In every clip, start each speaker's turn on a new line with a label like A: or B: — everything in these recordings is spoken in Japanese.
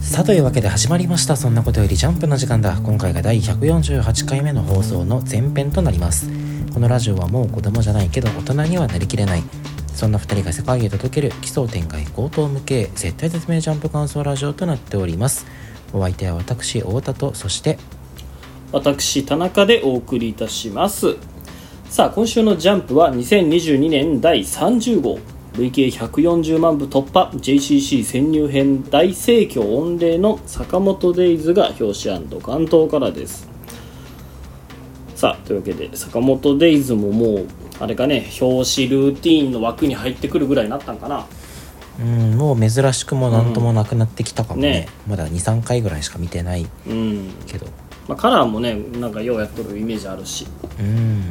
A: さあというわけで始まりました「そんなことよりジャンプ」の時間だ今回が第148回目の放送の前編となりますこのラジオはもう子供じゃないけど大人にはなりきれないそんな2人が世界へ届ける奇想天外高等無形絶対絶命ジャンプ感想ラジオとなっておりますお相手は私太田とそして
B: 私田中でお送りいたしますさあ今週の「ジャンプ」は2022年第30号累計140万部突破 JCC 潜入編大盛況御礼の坂本デイズが表紙関東からですさあというわけで坂本デイズももうあれかね表紙ルーティーンの枠に入ってくるぐらいになったんかな
A: うんもう珍しくも何ともなくなってきたかもね,、
B: うんね
A: まだ23回ぐらいしか見てない
B: うん、
A: けど
B: まあ、カラーもねなんかようやっとるイメージあるし
A: うん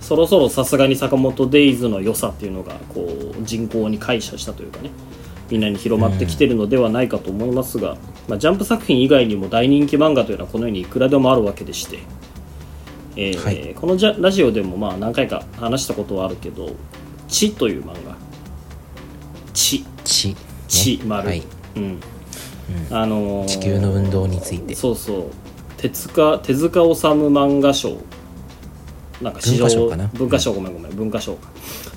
B: そろそろさすがに坂本デイズの良さっていうのがこう人口に解釈したというかねみんなに広まってきてるのではないかと思いますが、まあ、ジャンプ作品以外にも大人気漫画というのはこのようにいくらでもあるわけでして、えー
A: はい
B: このじゃラジオでもまあ何回か話したことはあるけど「地」という漫画「地」
A: 地、ね
B: 「地」丸、
A: はい
B: うんあのー
A: 地球の運動について
B: そうそう手塚手塚治虫漫画賞なんか史上
A: 文化賞かな
B: 文化賞ごめんごめん文化賞か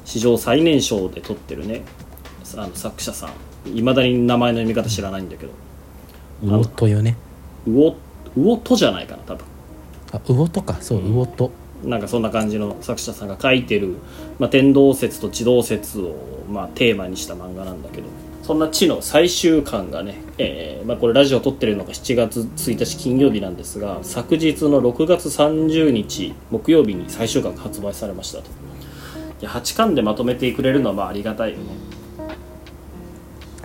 B: 史上最年少で取ってるねあの作者さんいまだに名前の読み方知らないんだけど
A: 魚とよね
B: 魚魚とじゃないかな多分
A: あ魚とかそう魚と
B: なんかそんな感じの作者さんが書いてる、まあ、天動説と地動説を、まあ、テーマにした漫画なんだけどそんな地の最終巻がね、えーまあ、これラジオ撮ってるのが7月1日金曜日なんですが昨日の6月30日木曜日に最終巻が発売されましたといや8巻でまとめてくれるのはまあありがたいよね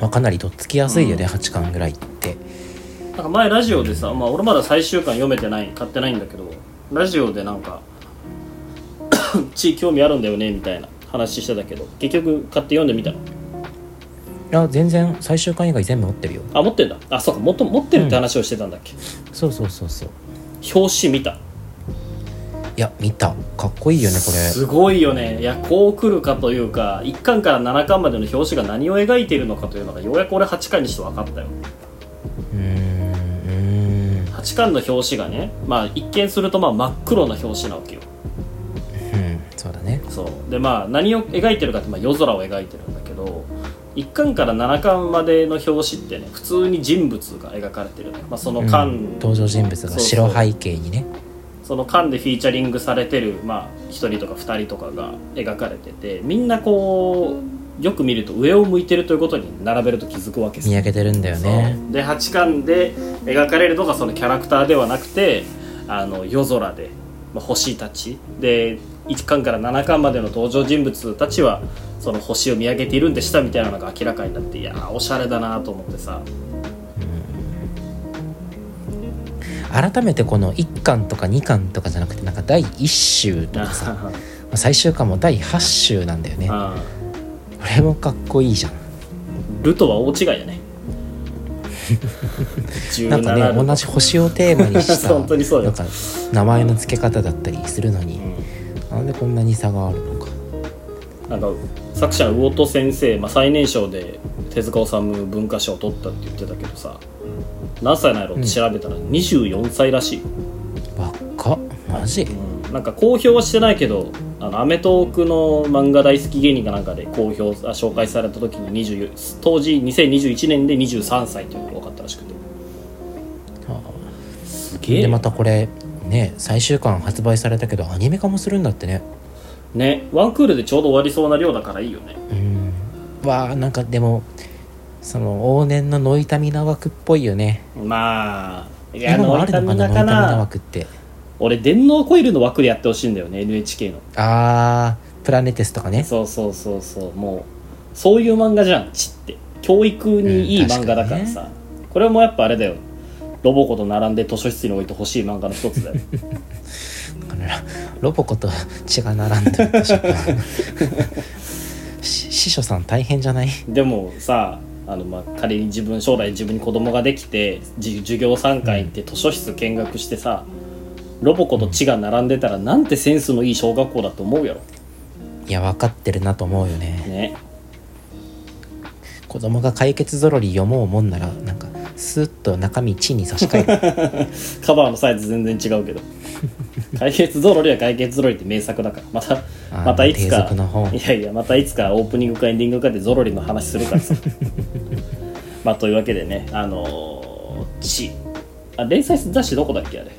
A: まあ、かなりとっつきやすいよね、8巻ぐらいって
B: なんか前ラジオでさ、まあ、俺まだ最終巻読めてない買ってないんだけどラジオでなんか 地域興味あるんだよねみたいな話してたけど結局買って読んでみたの
A: いや全然最終巻以外全部持ってるよ
B: あ持ってんだあそうかもっと持ってるって話をしてたんだっけ、
A: そうそうそうそう
B: 表紙見た
A: いや見たかっこいいよねこれ
B: すごいよねいやこう来るかというか1巻から7巻までの表紙が何を描いているのかというのがようやく俺8巻にして分かったよ
A: うーんう
B: 8巻の表紙がねまあ一見するとまあ真っ黒な表紙なわけよ
A: ーんうんそうだね
B: そうでまあ何を描いてるかってまあ夜空を描いてるんだけど1巻から7巻までの表紙ってね普通に人物が描かれてるのよ、まあ、その巻、
A: うん登場人物が白背景にね
B: その缶でフィーチャリングされてる、まあ、1人とか2人とかが描かれててみんなこうよく見ると上を向いてるということに並べると気づくわけです
A: 見上げてるんだよね
B: そうで8巻で描かれるのがそのキャラクターではなくてあの夜空で、まあ、星たちで1巻から7巻までの登場人物たちはその星を見上げているんでしたみたいなのが明らかになっていやーおしゃれだなと思っ てさ
A: 改めてこの1巻とか2巻とかじゃなくてなんか第1週とかさまあ最終巻も第8週なんだよねこ
B: あ
A: れもかっこいいじゃん
B: ールとは大違い だね
A: なんかね同じ星をテーマにし た
B: 本当にそうよ
A: なんか名前の付け方だったりするのに、なんでこんなに差があるのか
B: なんか作者の魚戸先生、まあ、最年少で手塚治虫文化賞を取ったって言ってたけどさ何歳なんやろって調べたら24歳らしい、
A: 若っマジ
B: なんか公表はしてないけど「あのアメトーーク」の漫画大好き芸人かなんかで公表あ紹介された時に24当時2021年で23歳というのが分かったらしくて
A: あ
B: すげ
A: で
B: え
A: またこれね最終巻発売されたけどアニメ化もするんだってね
B: ねワンクールでちょうど終わりそうな量だからいいよね
A: うんわあなんかでもその往年のノイタミナ枠っぽいよね
B: まあいや
A: 今もあ
B: ノイ
A: るの
B: タ
A: かなノ
B: ミナ
A: イタ
B: か
A: ミナ
B: な
A: 枠って
B: 俺電脳コイルの枠でやってほしいんだよね NHK の
A: あープラネテスとかね
B: そうそうそうそうもうそういう漫画じゃん「ち」って教育にいい
A: うん
B: 漫画だからさ、これもやっぱあれだよロボコと並んで図書室に置いてほしい漫画の一つだ よ
A: あのラロボコと血が並んでるで しょし師匠さん大変じゃない
B: でもさあのまあ仮に自分将来自分に子供ができてじ授業参観行って図書室見学してさロボコと血が並んでたらなんてセンスのいい小学校だと思うやろ
A: いや分かってるなと思うよね
B: ね
A: 子供が解決ぞろり読もうもんならなんかスッと中身地に差し替える
B: カバーのサイズ全然 違うけど解決ぞろりは解決ぞろりって名作だからまた
A: あー
B: またいつ
A: 低
B: か
A: 俗な本
B: いやいやまたいつかオープニングかエンディングかでぞろりの話するか らさまあというわけでねあのー、地あ連載雑誌どこだっけあれ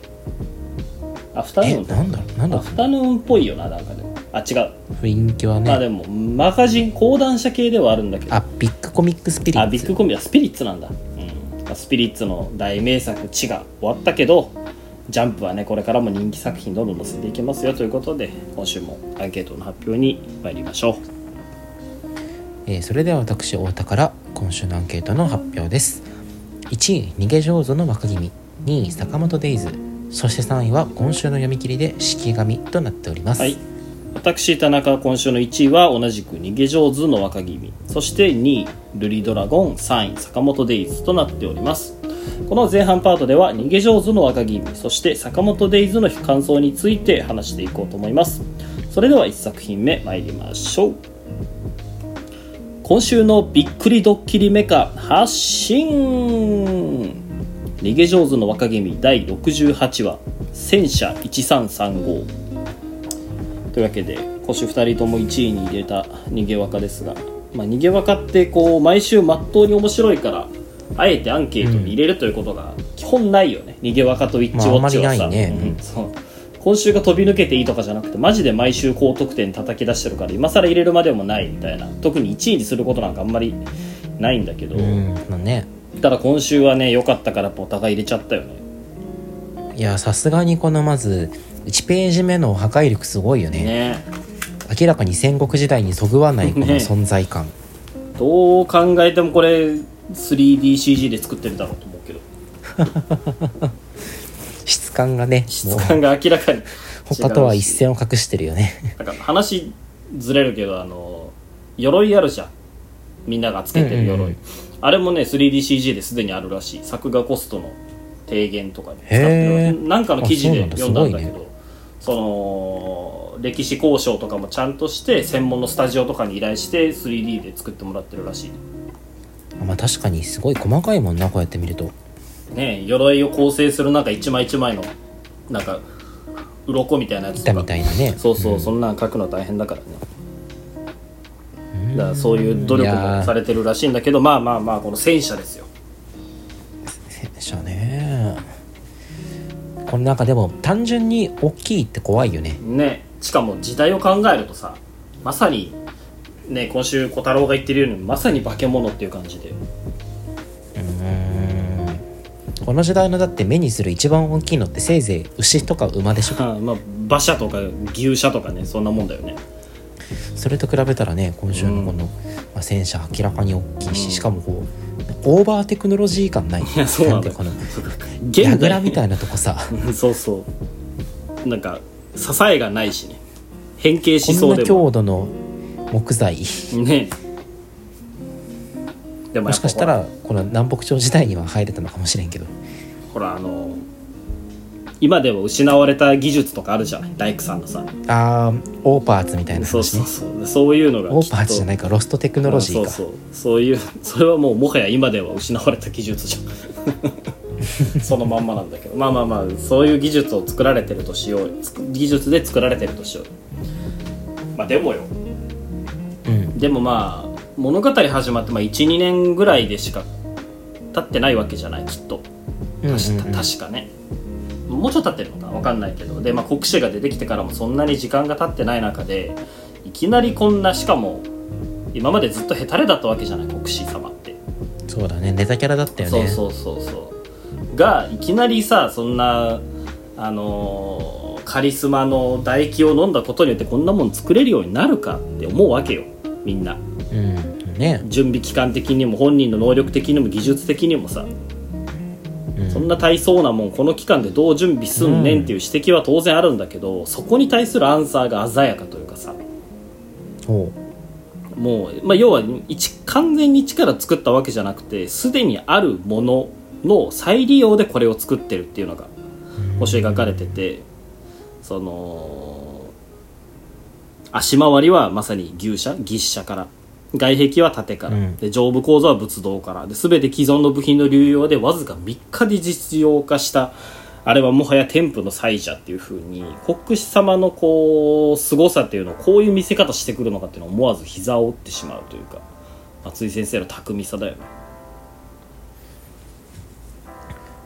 B: アフタヌ
A: え
B: ーン
A: なんだろうなんだ
B: ア
A: ろ
B: フタヌーンっぽいよななんかでもあ違う
A: う雰囲気はね
B: まあでもマガジン講談社系ではあるんだけど
A: あビッグコミックスピリ
B: あ
A: ッ
B: ビ
A: ツ
B: ッグコンビはスピリッツなんだ、うん、スピリッツの大名作「地」が終わったけどジャンプはねこれからも人気作品どんどん載せていきますよということで今週もアンケートの発表に参りましょう
A: えーそれでは私太田から今週のアンケートの発表です1位逃げ上手の枠組み2位坂本デイズそして3位は今週の読み切りで式紙となっております、
B: はい私田中今週の1位は同じく「逃げ上手の若君」そして2位「ルリドラゴン」3位「坂本デイズ」となっておりますこの前半パートでは「逃げ上手の若君」そして「坂本デイズ」の感想について話していこうと思いますそれでは1作品目参りましょう今週のびっくりドッキリメカ発信逃げ上手の若君第68話戦車1335というわけで今週2人とも1位に入れた逃げ若ですが、まあ、逃げ若ってこう毎週まっとうに面白いからあえてアンケートに入れるということが基本ないよね、逃げ若とウィッチウォッチはさ、
A: まああんまりないね
B: うんそう今週が飛び抜けていいとかじゃなくてマジで毎週高得点叩き出してるから今更入れるまでもないみたいな特に1位にすることなんかあんまりないんだけど、
A: うんまあね
B: ただ今週はね良かったからやっぱお互い入れちゃったよね
A: いやさすがにこのまず1ページ目の破壊力すごいよね
B: ね
A: 明らかに戦国時代にそぐわないこの
B: ね
A: 存在感、
B: どう考えてもこれ 3DCG で作ってるだろうと思うけど
A: 質感がね
B: 質
A: もう
B: 感が明らかに違うし
A: 他とは一線を隠してるよね
B: なんか話ずれるけどあの鎧あるじゃんみんながつけてる鎧、
A: うんうんうん
B: あれもね 3DCG ですでにあるらしい作画コストの低減とかに使ってるら
A: へ
B: しい
A: ー
B: なんかの記事で
A: あ
B: 読
A: そうんな
B: だ
A: ん
B: ん
A: だ
B: だけどその歴史交渉とかもちゃんとして専門のスタジオとかに依頼して 3D で作ってもらってるらしい
A: まあ確かにすごい細かいもんなこうやって見ると
B: ね鎧を構成するなんか一枚一枚のなんか鱗みたいなやつ
A: 板
B: とか
A: みたいなね
B: そうそう、
A: ん
B: そんなん書くの大変だからねだからそういう努力
A: いや
B: も
A: ー
B: されてるらしいんだけどまあまあまあこの戦車ですよ
A: 戦車ねこれなんかでも単純に大きいって怖いよね
B: ねしかも時代を考えるとさまさにね今週小太郎が言ってるようにまさに化け物っていう感じで
A: うーんこの時代のだって目にする一番大きいのってせいぜい牛とか馬でしょ
B: はあまあ馬車とか牛車とかねそんなもんだよね
A: それと比べたらね今週のこの、まあ、戦車明らかに大きいし、しかもこうオーバーテクノロジー感ない
B: やそうなんだ
A: ていこの
B: 現
A: 矢倉
B: 代
A: みたいなとこ さ
B: そうそうなんか支えがないしね変形
A: こ
B: しそ
A: ん
B: う
A: な
B: でも
A: 強度の木材
B: ねでも
A: も
B: や
A: し
B: っぱ
A: かしたらこの南北朝時代には入れたのかもしれんけど
B: ほらほらあの今では失われた技術とかあるじゃない大工さんのさ
A: あーオーパーツみたいな
B: そう
A: 話
B: そ
A: ね
B: うそうそういうのが
A: オーパーツじゃないいかロストテクノロジーか
B: そうそうそういう それはもうもはや今では失われた技術じゃん そのまんまなんだけどまあまあまあそういう技術を作られてるとしようよつく技術で作られてるとしようよまあでもよ
A: うん
B: でもまあ物語始まってまあ12年ぐらいでしか経ってないわけじゃないきっと
A: うんうんうん
B: 確か確かねもうちょっと経ってるのかわかんないけどで、まあ、国士が出てきてからもそんなに時間が経ってない中でいきなりこんなしかも今までずっとヘタレだったわけじゃない国士様って、
A: そうだねネタキャラだったよ
B: そう
A: ね
B: そうそうそうがいきなりさそんなあのーカリスマの唾液を飲んだことによってこんなもん作れるようになるかって思うわけよみんな
A: うんね
B: 準備期間的にも本人の能力的にも技術的にもさ
A: うん
B: そんな大層なもんこの期間でどう準備すんねんっていう指摘は当然あるんだけど、そこに対するアンサーが鮮やかというかさ
A: ほ
B: もう、まあ、要は一完全に一から作ったわけじゃなくてすでにあるものの再利用でこれを作ってるっていうのが今週描かれててその足回りはまさに牛舎牛舎から外壁は縦から、
A: うん
B: で上部構造は仏道からで全て既存の部品の流用でわずか3日で実用化したあれはもはや天賦の祭者っていう風に国師様のこう凄さっていうのをこういう見せ方してくるのかっていうのを思わず膝を折ってしまうというか松井先生の巧みさだよね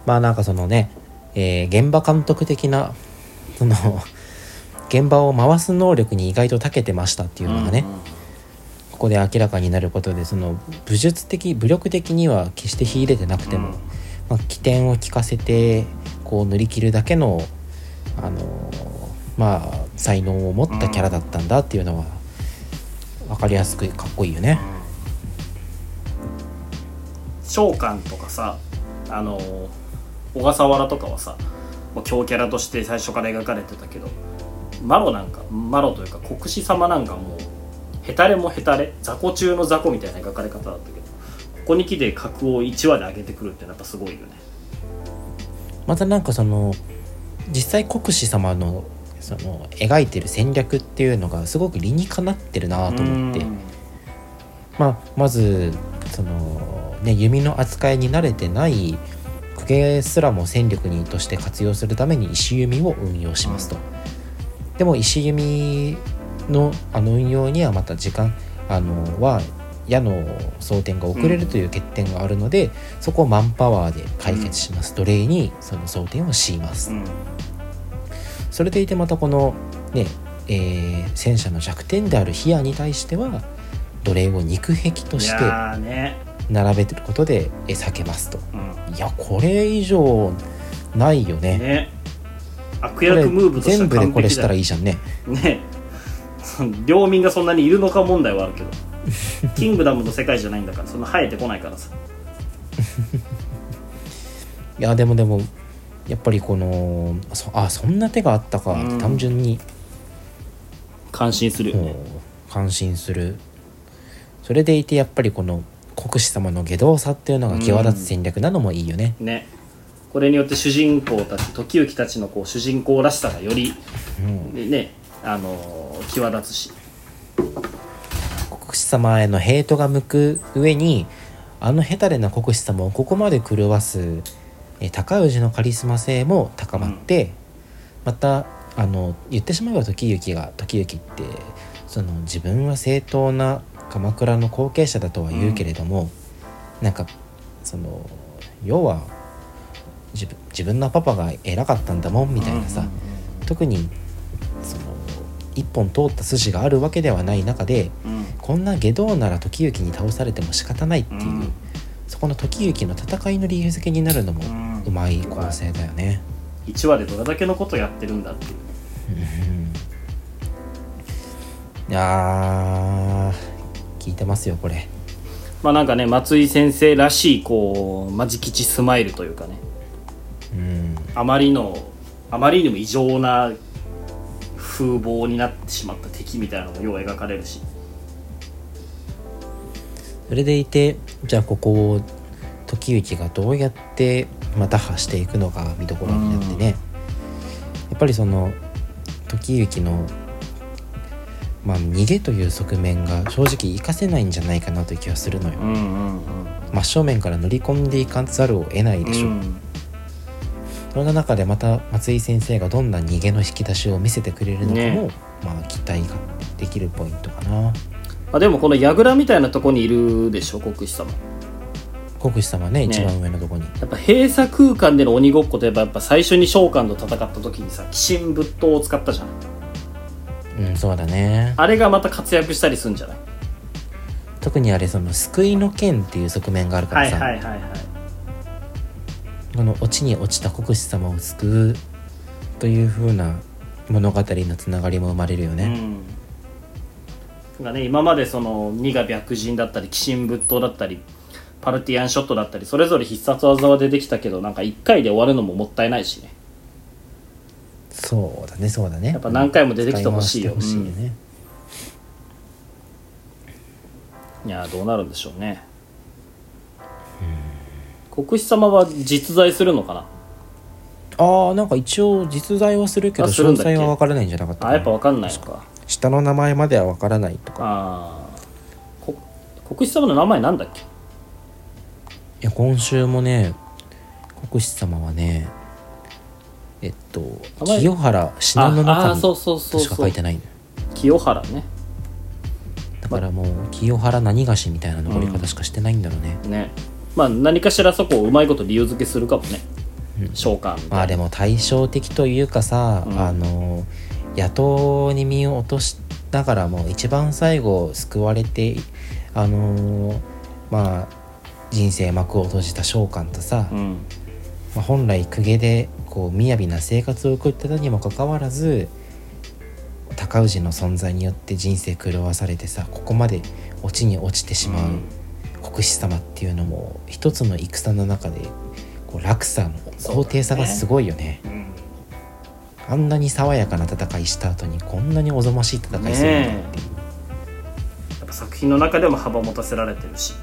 A: まあなんかそのね、えー現場監督的なその現場を回す能力に意外と長けてましたっていうのがね、ここで明らかになることでその武術的武力的には決して秀でてなくても、
B: うん
A: まあ、起点を利かせてこう塗り切るだけのあのまあ才能を持ったキャラだったんだっていうのは分かりやすくかっこいいよね。
B: 召喚とかさあの小笠原とかはさもう強キャラとして最初から描かれてたけどマロなんかマロというか国士様なんかもうヘタレもヘタレ雑魚中の雑魚みたいな描かれ方だったけどここに来て格を1話で上げてくるってのはやっぱすごいよね
A: またなんかその実際国師様のその描いてる戦略っていうのがすごく理にかなってるなと思って、まあ、まずその、ね、弓の扱いに慣れてない公家すらも戦力にとして活用するために石弓を運用しますと。でも石弓のあの運用にはまた時間あのは矢の装填が遅れるという欠点があるので、そこをマンパワーで解決します、奴隷にその装填を強います、
B: うん
A: それでいてまたこのねえー戦車の弱点であるヒアに対しては奴隷を肉壁と
B: い
A: して
B: やーね、
A: 並べてることでえー避けますと
B: うん
A: いやこれ以上ないよね
B: ね悪
A: これ
B: 役ムーブとして
A: 全
B: は
A: 部
B: 完璧だ
A: で
B: よ
A: これしたらいいじゃんね
B: ねその領民がそんなにいるのか問題はあるけどキングダムの世界じゃないんだからそんな生えてこないからさ
A: いやでもでもやっぱりこのそあそんな手があったか
B: うん
A: 単純に
B: 感心するよ
A: も
B: ね
A: う感心するそれでいてやっぱりこの国士様の下道さっていうのが際立つ戦略なのもいいよね、
B: ねこれによって主人公たち時行たちのこう主人公らしさがより
A: うん、
B: ねあのー際立つし
A: 国士様へのヘイトが向く上にあのヘタレな国士様をここまで狂わすえ高氏のカリスマ性も高まって、またあの言ってしまえば時行が時行ってその自分は正当な鎌倉の後継者だとは言うけれども、なんかその要は自分自分のパパが偉かったんだもんみたいなさ、特にその一本通った筋があるわけではない中で
B: うんうん
A: こんな下道なら時行に倒されても仕方ないっていう、
B: うん
A: そこの時行の戦いの理由付けになるのも
B: うん
A: うまい構成だよね。
B: 1話でどれだけのことやってるんだっていう
A: うん、いやー聞いてますよこれ。
B: まあなんかね松井先生らしいこうマジ吉スマイルというかね
A: うん
B: あまりのあまりにも異常な風貌になってしまった敵みたいなのもよう描かれるし
A: それでいてじゃあここを時行がどうやってまた破していくのか見どころになってね、やっぱりその時行の、まあ、逃げという側面が正直活かせないんじゃないかなという気がするのよ、
B: んうん
A: 真正面から乗り込んでいかざるを得ないでしょう、そんな中でまた松井先生がどんな逃げの引き出しを見せてくれるのかも、
B: ね
A: まあ期待ができるポイントかな
B: あでもこの櫓みたいなとこにいるでしょ国士様
A: 国士様ね
B: ね
A: 一番上のとこに、
B: やっぱ閉鎖空間での鬼ごっこといえばやっぱ最初に召喚と戦った時にさ鬼神仏刀を使ったじゃん
A: うんそうだね
B: あれがまた活躍したりするんじゃない
A: 特にあれその救いの剣っていう側面があるか
B: は
A: ら
B: い
A: さ、
B: はいはいはい
A: この落ちに落ちた国士様を救うという風な物語のつながりも生まれるよ
B: う
A: ね、
B: んなんかね、今までその2が白人だったり鬼神仏刀だったりパルティアンショットだったりそれぞれ必殺技は出てきたけどなんか1回で終わるのももったいないしね
A: そうだねそうだねや
B: っぱ何回も出てきてほしいよ
A: ほしいよね、
B: いやーどうなるんでしょうね国士様は実在するのかな
A: ああなんか一応実在はするけど
B: あす
A: 詳
B: るんだっけ
A: 細は分からないんじゃなかったか
B: あ
A: な
B: やっぱ分かんないのか
A: 下の名前までは分からないとか
B: あーこ国士様の名前なんだっけ
A: いや今週もね国士様はねえっと
B: 名前
A: 清原信
B: あ
A: 濃の
B: あー
A: 中
B: そ
A: に
B: うそうそう
A: しか書
B: そ
A: いうてない
B: 清原ね
A: だからもう清原何菓子みたいな残り方しかしてないんだろうね、
B: ねまあ何かしらそこをうまいこと理由付けするかもね、
A: うん
B: 召喚みたいな
A: まあでも対照的というかさ、
B: うん
A: あの野党に身を落としながらも一番最後救われてあのまあ人生幕を閉じた召喚とさ、
B: うん
A: まあ、本来公家でこう雅な生活を送ってたにもかかわらず高氏の存在によって人生狂わされてさここまで落ちに落ちてしまう国士様っていうのも一つの戦の中でこう落差の高低差がすごいよね
B: うんね
A: あんなに爽やかな戦いした後にこんなにおぞましい戦いするんだっていう、
B: やっぱ作品の中でも幅持たせられてるし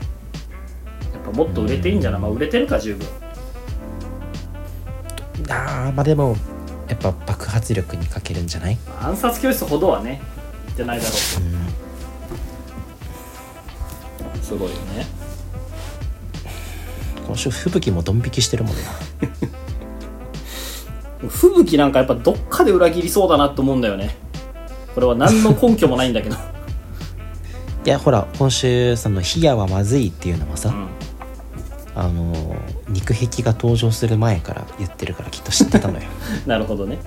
B: やっぱもっと売れていいんじゃない、まあ売れてるか十分
A: あーまあでもやっぱ爆発力に欠けるんじゃない、
B: 暗殺教室ほどはねじゃないだろう
A: うん、
B: すごいよね
A: 今週吹雪もドン引きしてるもんな
B: 吹雪なんかやっぱどっかで裏切りそうだなと思うんだよねこれは何の根拠もないんだけど、
A: いやほら今週その「冷やはまずい」っていうのもさ、
B: うん
A: あのー肉壁が登場する前から言ってるからきっと知ってた のよ
B: なるほどね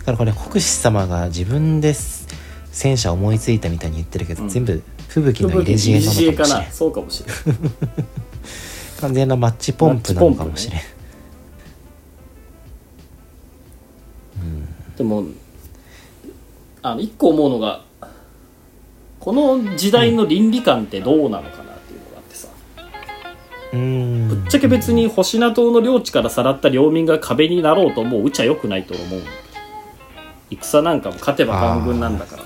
A: だからこれ国士様が自分です戦車思いついたみたいに言ってるけど、
B: うん
A: 全部吹雪の入れ知恵な
B: 入れ
A: のか
B: 知
A: もしれん
B: そうかもしれない
A: 完全なマッチポンプなのかもしれん、
B: でもあの一個思うのがこの時代の倫理観ってどうなのかなっていうのがあってさ、
A: うーん
B: ぶっちゃけ別に星名島の領地からさらった領民が壁になろうともううちは良くないと思う戦なんかも勝てば官軍なんだから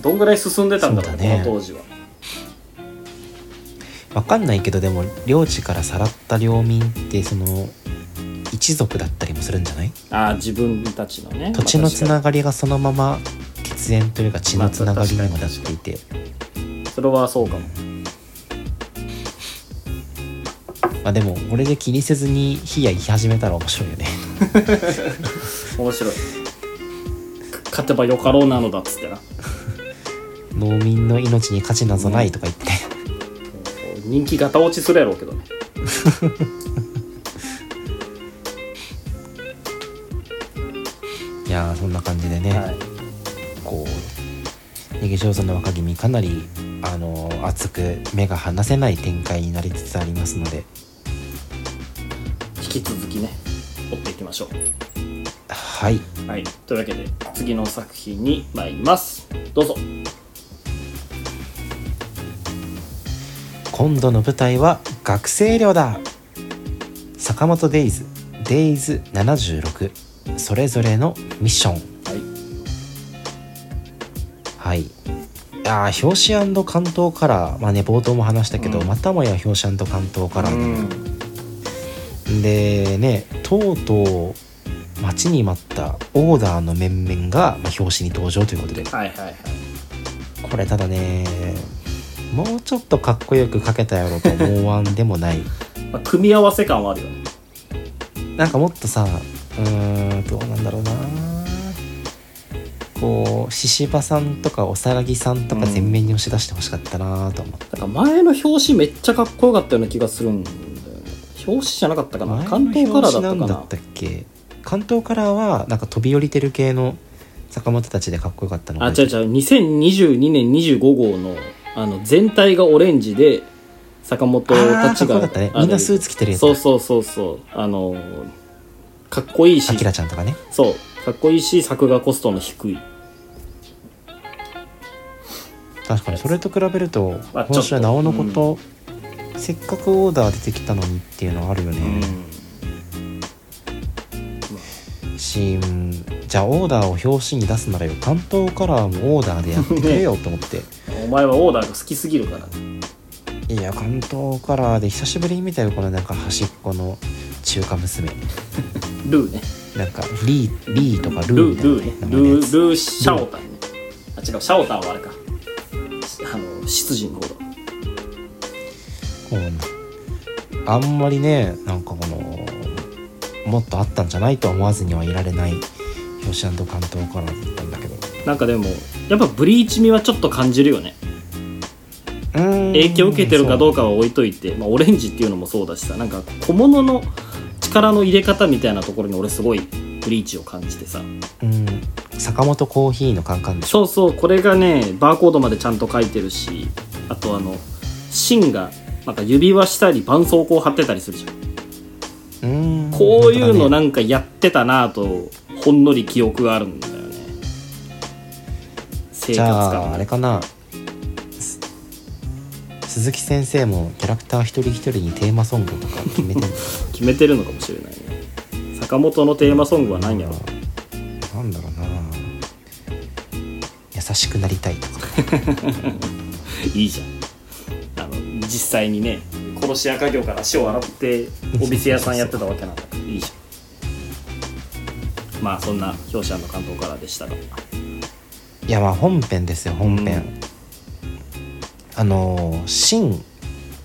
B: どんぐらい進んでたんだろう
A: そうだね
B: この当時は
A: わかんないけどでも領地からさらった領民ってその一族だったりもするんじゃない
B: ああ自分たちのね
A: 土地のつな
B: が
A: がりがそのまま血縁というか血のつながりにもなっていて、
B: それはそうかも
A: まあでもこれで気にせずに火や言い始めたら面白いよ ね
B: 面白いか勝てばよかろうなのだっつってな
A: 農民の命に価値なぞないとか言って
B: 人気ガタ落ちするやろうけどね
A: いやーそんな感じでね、
B: はい
A: こう逃げ上手の若君かなりあのー熱く目が離せない展開になりつつありますので
B: 引き続きね追っていきましょ
A: はい、
B: うはいというわけで次の作品に参りますどうぞ
A: 今度の舞台は学生寮だ坂本デイズデイズ76それぞれのミッション
B: はい
A: はい。ああ、表紙関東カラー、まあね、冒頭も話したけど、
B: うん
A: またもや表紙関東カラー、
B: ん
A: でね、とうとう待ちに待ったオーダーの面々が、まあ、表紙に登場ということで、
B: はいはいはい
A: これただね、もうちょっとかっこよく描けたやろと思わんでも ない。
B: まあ、組み合わせ感はあるよね
A: なんかもっとさ、うーん、どうなんだろうな。こう獅子馬さんとかおさらぎさんとか前面に押し出してほしかったなと思って
B: なんか前の表紙めっちゃかっこよかったような気がするんだよね表紙じゃなかったかな関東カラーだ
A: 前の表紙
B: った
A: なん
B: か
A: だ
B: な
A: ったっけ関東カラーはなんか飛び降りてる系の坂本たちでかっこよかったの
B: あ違う違う2022年25号のあの全体がオレンジで坂本
A: あ
B: た
A: ーか
B: ち
A: っこよ
B: が
A: かったね
B: あれ
A: みんなスーツ着てるやつ
B: そうそうそうそうあのかっこいいし
A: あきらちゃんとかね
B: そうかっこいいし作画コストの低い
A: 確かにそれと比べると
B: まあ
A: 今週は
B: ちょ
A: な
B: っと
A: おのこと、せっかくオーダー出てきたのにっていうのはあるよね、しうんじゃあオーダーを表紙に出すならよ関東カラーもオーダーでやってくれよと思って、
B: お前はオーダーが好きすぎるから
A: いや関東カラーで久しぶりに見たよこのなんか端っこの中華娘
B: ルーね
A: なんかリーリーとかルー
B: ル
A: み
B: ー
A: たいなね名前
B: ルーね
A: の
B: ル
A: やつ
B: ールーシャオタンねあ違うシャオタンはあれかあの執事の方だ
A: こうあんまりねなんかこのもっとあったんじゃないとは思わずにはいられない吉安関東からだったんだけど
B: なんかでもやっぱブリーチ味はちょっと感じるよね
A: 影
B: 影響を受けてるかどうかは置いといて、まあ、オレンジっていうのもそうだしさなんか小物の力の入れ方みたいなところに俺すごいブリーチを感じてさ
A: うん坂本コーヒーのカンカンでしょ
B: そうそうこれがねバーコードまでちゃんと書いてるしあとあの芯がなんか指輪したり絆創膏を貼ってたりするじゃん
A: うん
B: こういうの
A: 本当だね
B: なんかやってたなぁとほんのり記憶があるんだよね生
A: じ
B: 活
A: ゃああ
B: 感
A: れかなす鈴木先生もキャラクター一人一人にテーマソングとか決めてる
B: 決めてるのかもしれないね坂本のテーマソングは何やろ
A: なんだろうな優しくなりたいとか
B: いいじゃんあの実際にね殺し屋家業から足を洗ってお店屋さんやってたわけなんだからいいじゃんまあそんな表紙の関東からでしたが
A: いやまあ本編ですよ本編、
B: うん
A: あのーシン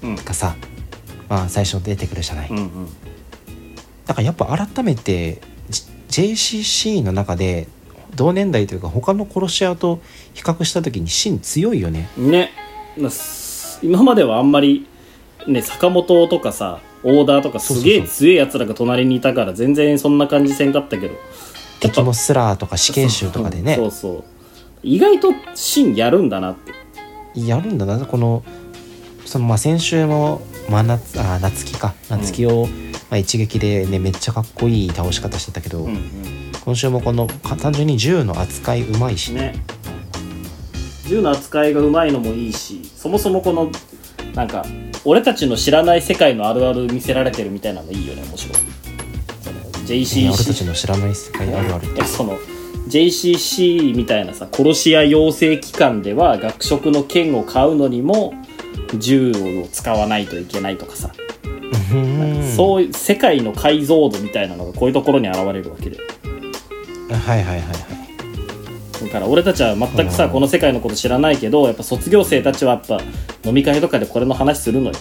B: うん
A: がさ、まあ、最初出てくるじゃない、
B: うん
A: だからやっぱ改めて J- JCC の中で同年代というか他の殺し屋と比較した時にシン強いよね
B: うんねまあす今まではあんまりね坂本とかさオーダーとかすげ
A: そうそ
B: え
A: う
B: 強いやつらが隣にいたから全然そんな感じせんかったけど
A: 敵もスラーとか死刑囚とかでね
B: そうそうそう意外と芯やるんだなって
A: やるんだなこのそのまあ先週も真夏あ夏希か夏希を、まあ、一撃で、ね、めっちゃかっこいい倒し方してたけど、
B: うん
A: 今週もこのか単純に銃の扱いうまいしね
B: ね銃の扱いがうまいのもいいしそもそもこのなんか俺たちの知らない世界のあるある見せられてるみたいなのいいよね面白いそ
A: ね
B: の
A: 俺たち
B: JCC
A: の知らない世界あるあるって
B: えその JCC みたいなさ殺し屋養成機関では学食の券を買うのにも銃を使わないといけないとかさ、
A: うん
B: そういう世界の解像度みたいなのがこういうところに現れるわけで
A: はいはいはいはい
B: だから俺たちは全くさ、
A: うん
B: この世界のこと知らないけどやっぱ卒業生たちはやっぱ飲み会とかでこれの話するのよ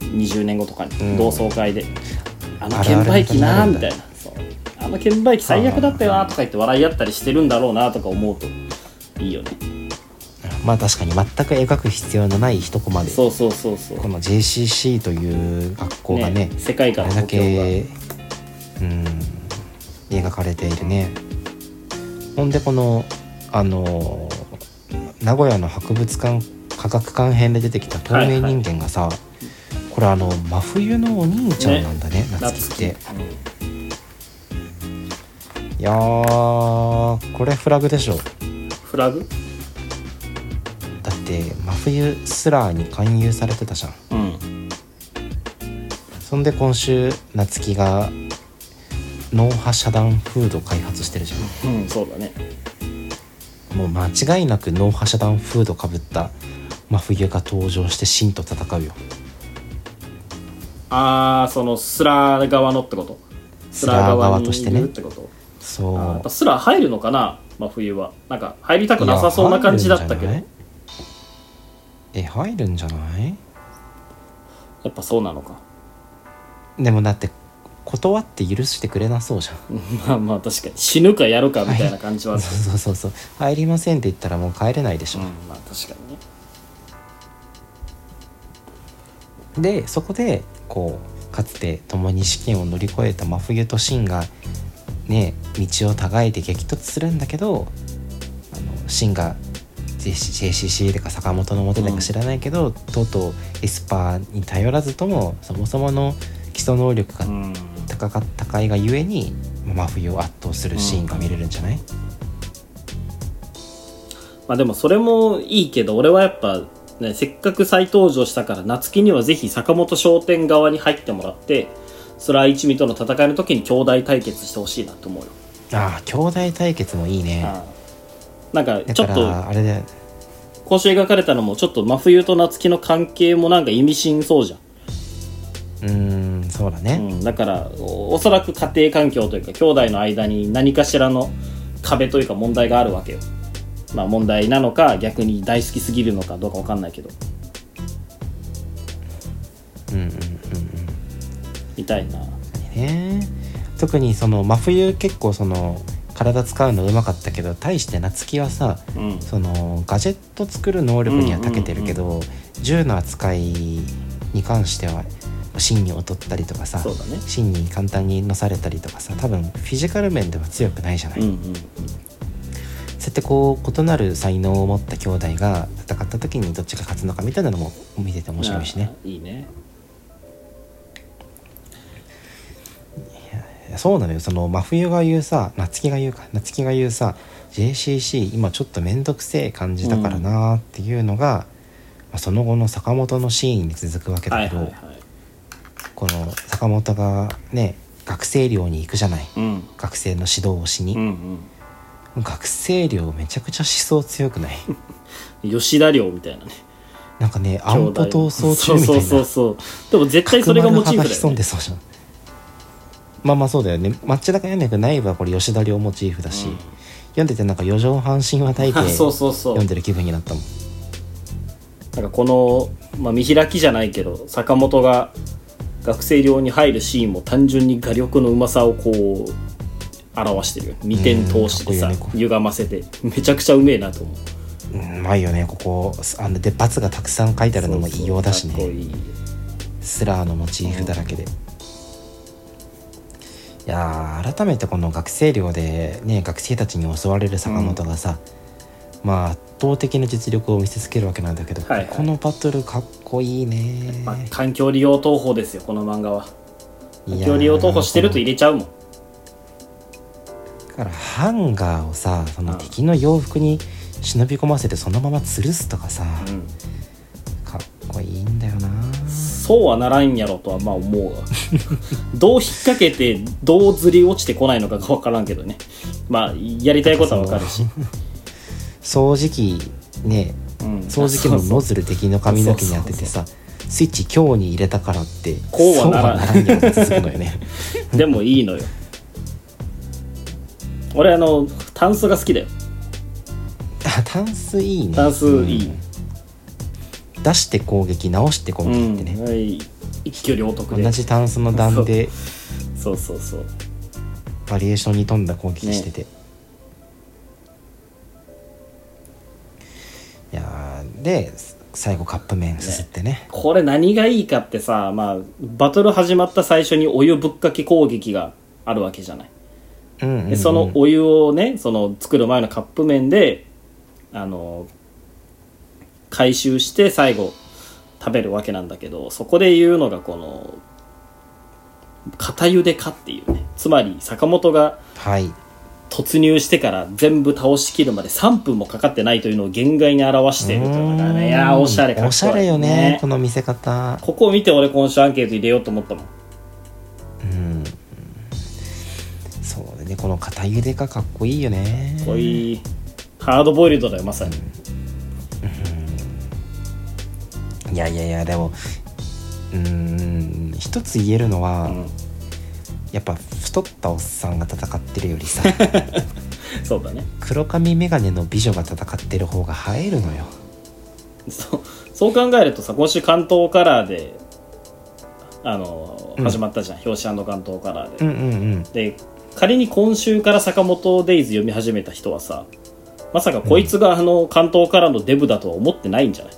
B: 20年後とかに、
A: うん
B: 同窓会で「あの
A: あるある
B: 券売機な」
A: ある
B: み
A: ある
B: たいな「そうあの券売機最悪だったよな」とか言って笑い合ったりしてるんだろうなとか思うといいよね
A: まあ確かに全く描く必要のない一コマで
B: そうそうそうそう
A: この JCC という学校がね
B: 世界
A: あ
B: 観
A: れ
B: の
A: だ
B: 補強が
A: けうん描かれているねほんでこのあの名古屋の博物館科学館編で出てきた透明人間がさ、これあの真冬のお兄ちゃんなんだね夏希っていやーこれフラグでしょ
B: フラグ
A: だって真冬スラーに勧誘されてたじゃん
B: うん
A: そんで今週夏希が脳波遮断フード開発してるじゃん
B: うんそうだね
A: もう間違いなく脳波遮断フードかぶった真冬が登場して真と戦うよ
B: ああそのスラー側のってこと
A: スラー側として
B: スラー
A: ね
B: 側にいるってこと
A: そ
B: あーやっ
A: う
B: ぱスラ入るのかな真冬はなんか入りたくなさそうな感じだったけど
A: い
B: や
A: や入るんじゃないえ入るんじゃ
B: っぱそうなのか
A: ないでもだって断って許してくれなそうじゃん
B: まあまあ確かに死ぬかやるかみたいな感じはある、
A: そうそうそうそう入りませんって言ったらもう帰れないでしょ、
B: うんまあ確かにね
A: でそこでこうかつて共に試験を乗り越えた真冬とシンがね道をたがえて激突するんだけどあのシンが JC JCC だか坂本のもとだか知らないけど、とうとうエスパーに頼らずともそもそもの基礎能力が
B: うん
A: 高か高いがゆえに真冬を圧倒するシーンが見れるんじゃない、
B: まあでもそれもいいけど俺はやっぱ、ね、せっかく再登場したから夏希にはぜひ坂本商店側に入ってもらってスラ一味との戦いの時に兄弟対決してほしいなと思うよ、
A: ああ兄弟対決もいいね
B: あーなんか
A: だ
B: ちょ
A: か
B: っと
A: らあれだよ
B: 今週描かれたのもちょっと真冬と夏希の関係もなんか意味深そうじゃん
A: うーんそうだね、
B: うん、だからおおそらく家庭環境というか兄弟の間に何かしらの壁というか問題があるわけよまあ問題なのか逆に大好きすぎるのかどうかわかんないけど
A: うんうんうんうん
B: みたいな
A: ね特にその真冬結構その体使うのうまかったけど対して夏希はさ
B: うん
A: そのガジェット作る能力には長けてるけど、銃の扱いに関しては芯に劣ったりとかさ
B: そうだね
A: 芯に簡単にのされたりとかさ多分フィジカル面では強くないじゃない、
B: うんう
A: そうや
B: んうん
A: ってこう異なる才能を持った兄弟が戦った時にどっちが勝つのかみたいなのも見てて面白いしね
B: あーいいね
A: いやそうなのよその真冬が言うさ夏希が言うか夏希が言うさ JCC 今ちょっと面倒くせえ感じだからなっていうのが、まあその後の坂本のシーンに続くわけだけ
B: はい
A: ど、
B: はいはい
A: この坂本がね学生寮に行くじゃない
B: うん
A: 学生の指導をし
B: う
A: に、
B: ん
A: 学生寮めちゃくちゃ思想強 くない
B: うん吉田寮みたいなね
A: なんかね
B: 兄
A: 安
B: 弟
A: 保闘争中みたい
B: そう
A: な
B: そうそうそうでも絶対それがモチーフだよ、ね、
A: 潜んでそうじゃんまあまあそうだよね街中屋根がないはこれ吉田寮モチーフだし、
B: うん
A: 読んでてなんか四畳半神話体系
B: そ
A: 読
B: うそうそうん
A: でる気分になったもん
B: なんかこの、まあ、見開きじゃないけど坂本が学生寮に入るシーンも単純に画力のうまさをこう表してるよね二点通してさ
A: うんかっこい
B: 歪ませてめちゃくちゃうめえなと思
A: う
B: う
A: んうまいよねここあので罰がたくさん書いてあるのも異様だしね
B: そうそうかっこいい
A: スラーのモチーフだらけで、いやー改めてこの学生寮でね学生たちに襲われる坂本がさ、まあ圧倒的な実力を見せつけるわけなんだけど、
B: はいはい
A: このバトルかっこいいね
B: まあ、環境利用投法ですよこの漫画は
A: や
B: い環
A: ー
B: 境利用投法してると入れちゃうもん
A: だからハンガーをさその
B: うん
A: 敵の洋服に忍び込ませてそのまま吊るすとかさ、
B: うん
A: かっこいいんだよな
B: そうはならんやろとはまあ思 うがどう引っ掛けてどうずり落ちてこないのかが分からんけどねまあやりたいことは分かるし、
A: 掃除機ね
B: うん、
A: 掃除機のノズル敵の髪の毛に当ててさスイッチ強に入れたからって
B: こうはならん
A: そうはならんように続くのよね
B: でもいいのよ俺あのタンスが好きだよ
A: あタンスいいね
B: タンスいい
A: うん出して攻撃直して攻
B: う
A: 撃
B: ん、
A: ってね、
B: はい一挙両得で
A: 同じタンスの段で
B: そうそうそう
A: バリエーションに富んだ攻撃してて、いやーで最後カップ麺すすってね
B: これ何がいいかってさ、まあ、バトル始まった最初にお湯ぶっかけ攻撃があるわけじゃない
A: うんうんうん
B: でそのお湯をねその作る前のカップ麺であの回収して最後食べるわけなんだけどそこで言うのがこの片茹でかっていうねつまり坂本が
A: はい
B: 突入してから全部倒しきるまで3分もかかってないというのを限界に表しているというのがねいやーおしゃれかっこいい
A: おしゃれよねこの見せ方
B: ここを見て俺今週アンケート入れようと思ったもん
A: うんそうだねこの片茹でがかっこいいよね
B: こういうハードボイルドだよまさに
A: いやいやいやでもうん一つ言えるのは、
B: う
A: やっぱ太ったおっさんが戦ってるよりさ
B: んそうだね
A: 黒髪眼鏡の美女が戦ってる方が映えるのよ
B: そうそう考えるとさ今週関東カラーであの、
A: うん
B: 始まったじゃん表紙関東カラー
A: う
B: で、
A: んうんうん
B: で仮に今週から坂本デイズ読み始めた人はさまさかこいつがあの関東カラーのデブだとは思ってないんじゃない、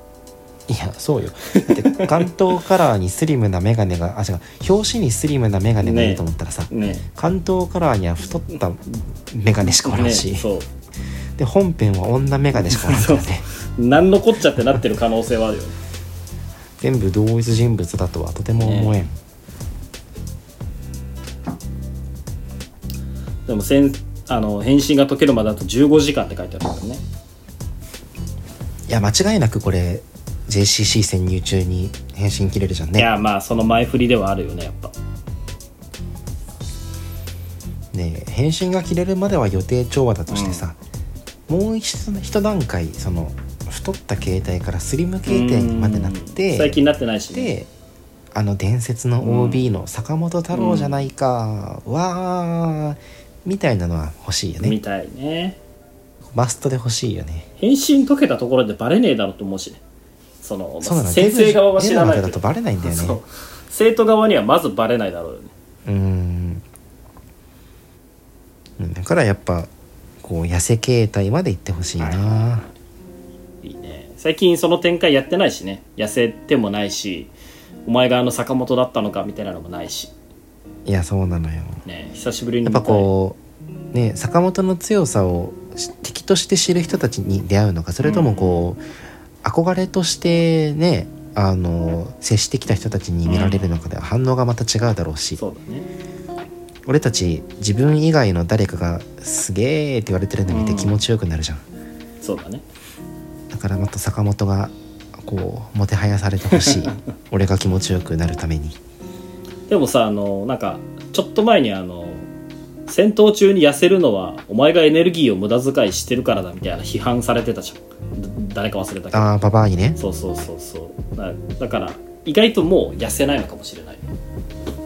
A: いやそうよだって関東カラーにスリムな眼鏡があ違う表紙にスリムな眼鏡がいると思ったらさ、
B: ね
A: 関東カラーには太った眼鏡しかおらん
B: ね
A: し、
B: そう
A: で本編は女眼鏡しかおらん からね
B: 何のこっちゃってなってる可能性はあるよね
A: 全部同一人物だとはとても思えん、
B: でもせんあの返信が解けるまであと15時間って書いてあるからね
A: いや間違いなくこれ JCC 潜入中に返信切れるじゃん
B: い
A: ね
B: やまあその前振りではあるよねやっぱ
A: ねえ返信が切れるまでは予定調和だとしてさ、もう一度一段階その太った携帯からスリム携帯にまでなっ
B: うん最
A: て
B: 近なってないし、ね、
A: であの伝説の OB の坂本太郎じゃないか、わーみたいなのは欲しいよね
B: みたいね
A: マストで欲しいよね
B: 返信解けたところでバレねえだろうと思うしねその、
A: そうな
B: まあ
A: の
B: 先生側は知らない
A: 絵の中だ
B: けど
A: とバレないんだよ
B: そう
A: ね
B: 生徒側にはまずバレないだろうよね
A: うーんうんだからやっぱこう痩せ形態まで行ってほしいな、
B: いいね最近その展開やってないしね痩せてもないしお前があの坂本だったのかみたいなのもないし
A: い、やそうなのよ
B: ね久しぶりに
A: やっぱ
B: 見たい
A: こうね坂本の強さをし敵として知る人たちに出会うのかそれともこう、憧れとしてねあの接してきた人たちに見られるのかでは反応がまた違うだろうし、
B: そうだね
A: 俺たち自分以外の誰かが「すげえ!」って言われてるの見て気持ちよくなるじゃん、
B: そうだね
A: だからもっと坂本がこうもてはやされてほしい俺が気持ちよくなるために
B: でもさあのなんかちょっと前にあの戦闘中に痩せるのはお前がエネルギーを無駄遣いしてるからだみたいな批判されてたじゃんだ誰か忘れたけど
A: ああババアにね
B: そうそうそうそうだだから意外ともう痩せないのかもしれない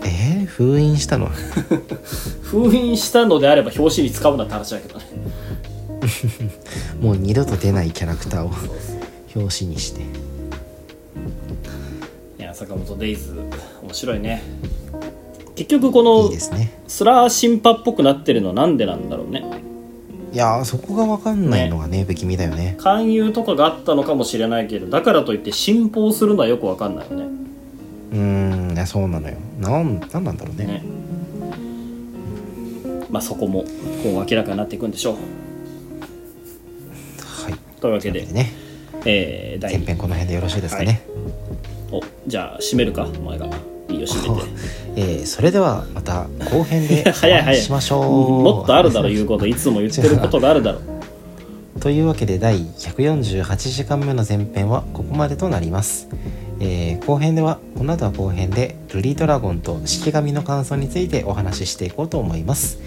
A: えー、封印したの
B: 封印したのであれば表紙に使うなって話だけどね
A: もう二度と出ないキャラクターを
B: そうそう
A: 表紙にして
B: いや坂本デイズ面白いね結局この
A: いいですね
B: スラーシンパっぽくなってるのなんでなんだろうね
A: いやーそこが分かんないのがね不気味だよね
B: 勧誘とかがあったのかもしれないけどだからといって信奉するのはよくわかんないよね
A: うーんいやそうなのよなんなんなんだろうね
B: ねまあそこも今後明らかになっていくんでしょう
A: はい
B: というわけ
A: という
B: で
A: わけで、ね
B: えー、
A: 前
B: 第
A: 編この辺でよろしいですかね、
B: おじゃあ締めるかお前がいいよ締めて
A: えーそれではまた後編でお
B: 早い
A: 会
B: 早
A: い
B: い
A: しましょう
B: もっとあるだろ言うこといつも言ってることがあるだろ
A: というわけで第148時間目の前編はここまでとなります、えー後編ではこの後は後編で「ルリードラゴン」と「式神」の感想についてお話ししていこうと思います、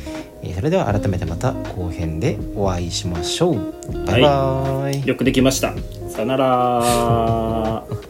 A: えーそれでは改めてまた後編でお会いしましょうバイバーイ、
B: よくできましたさよなら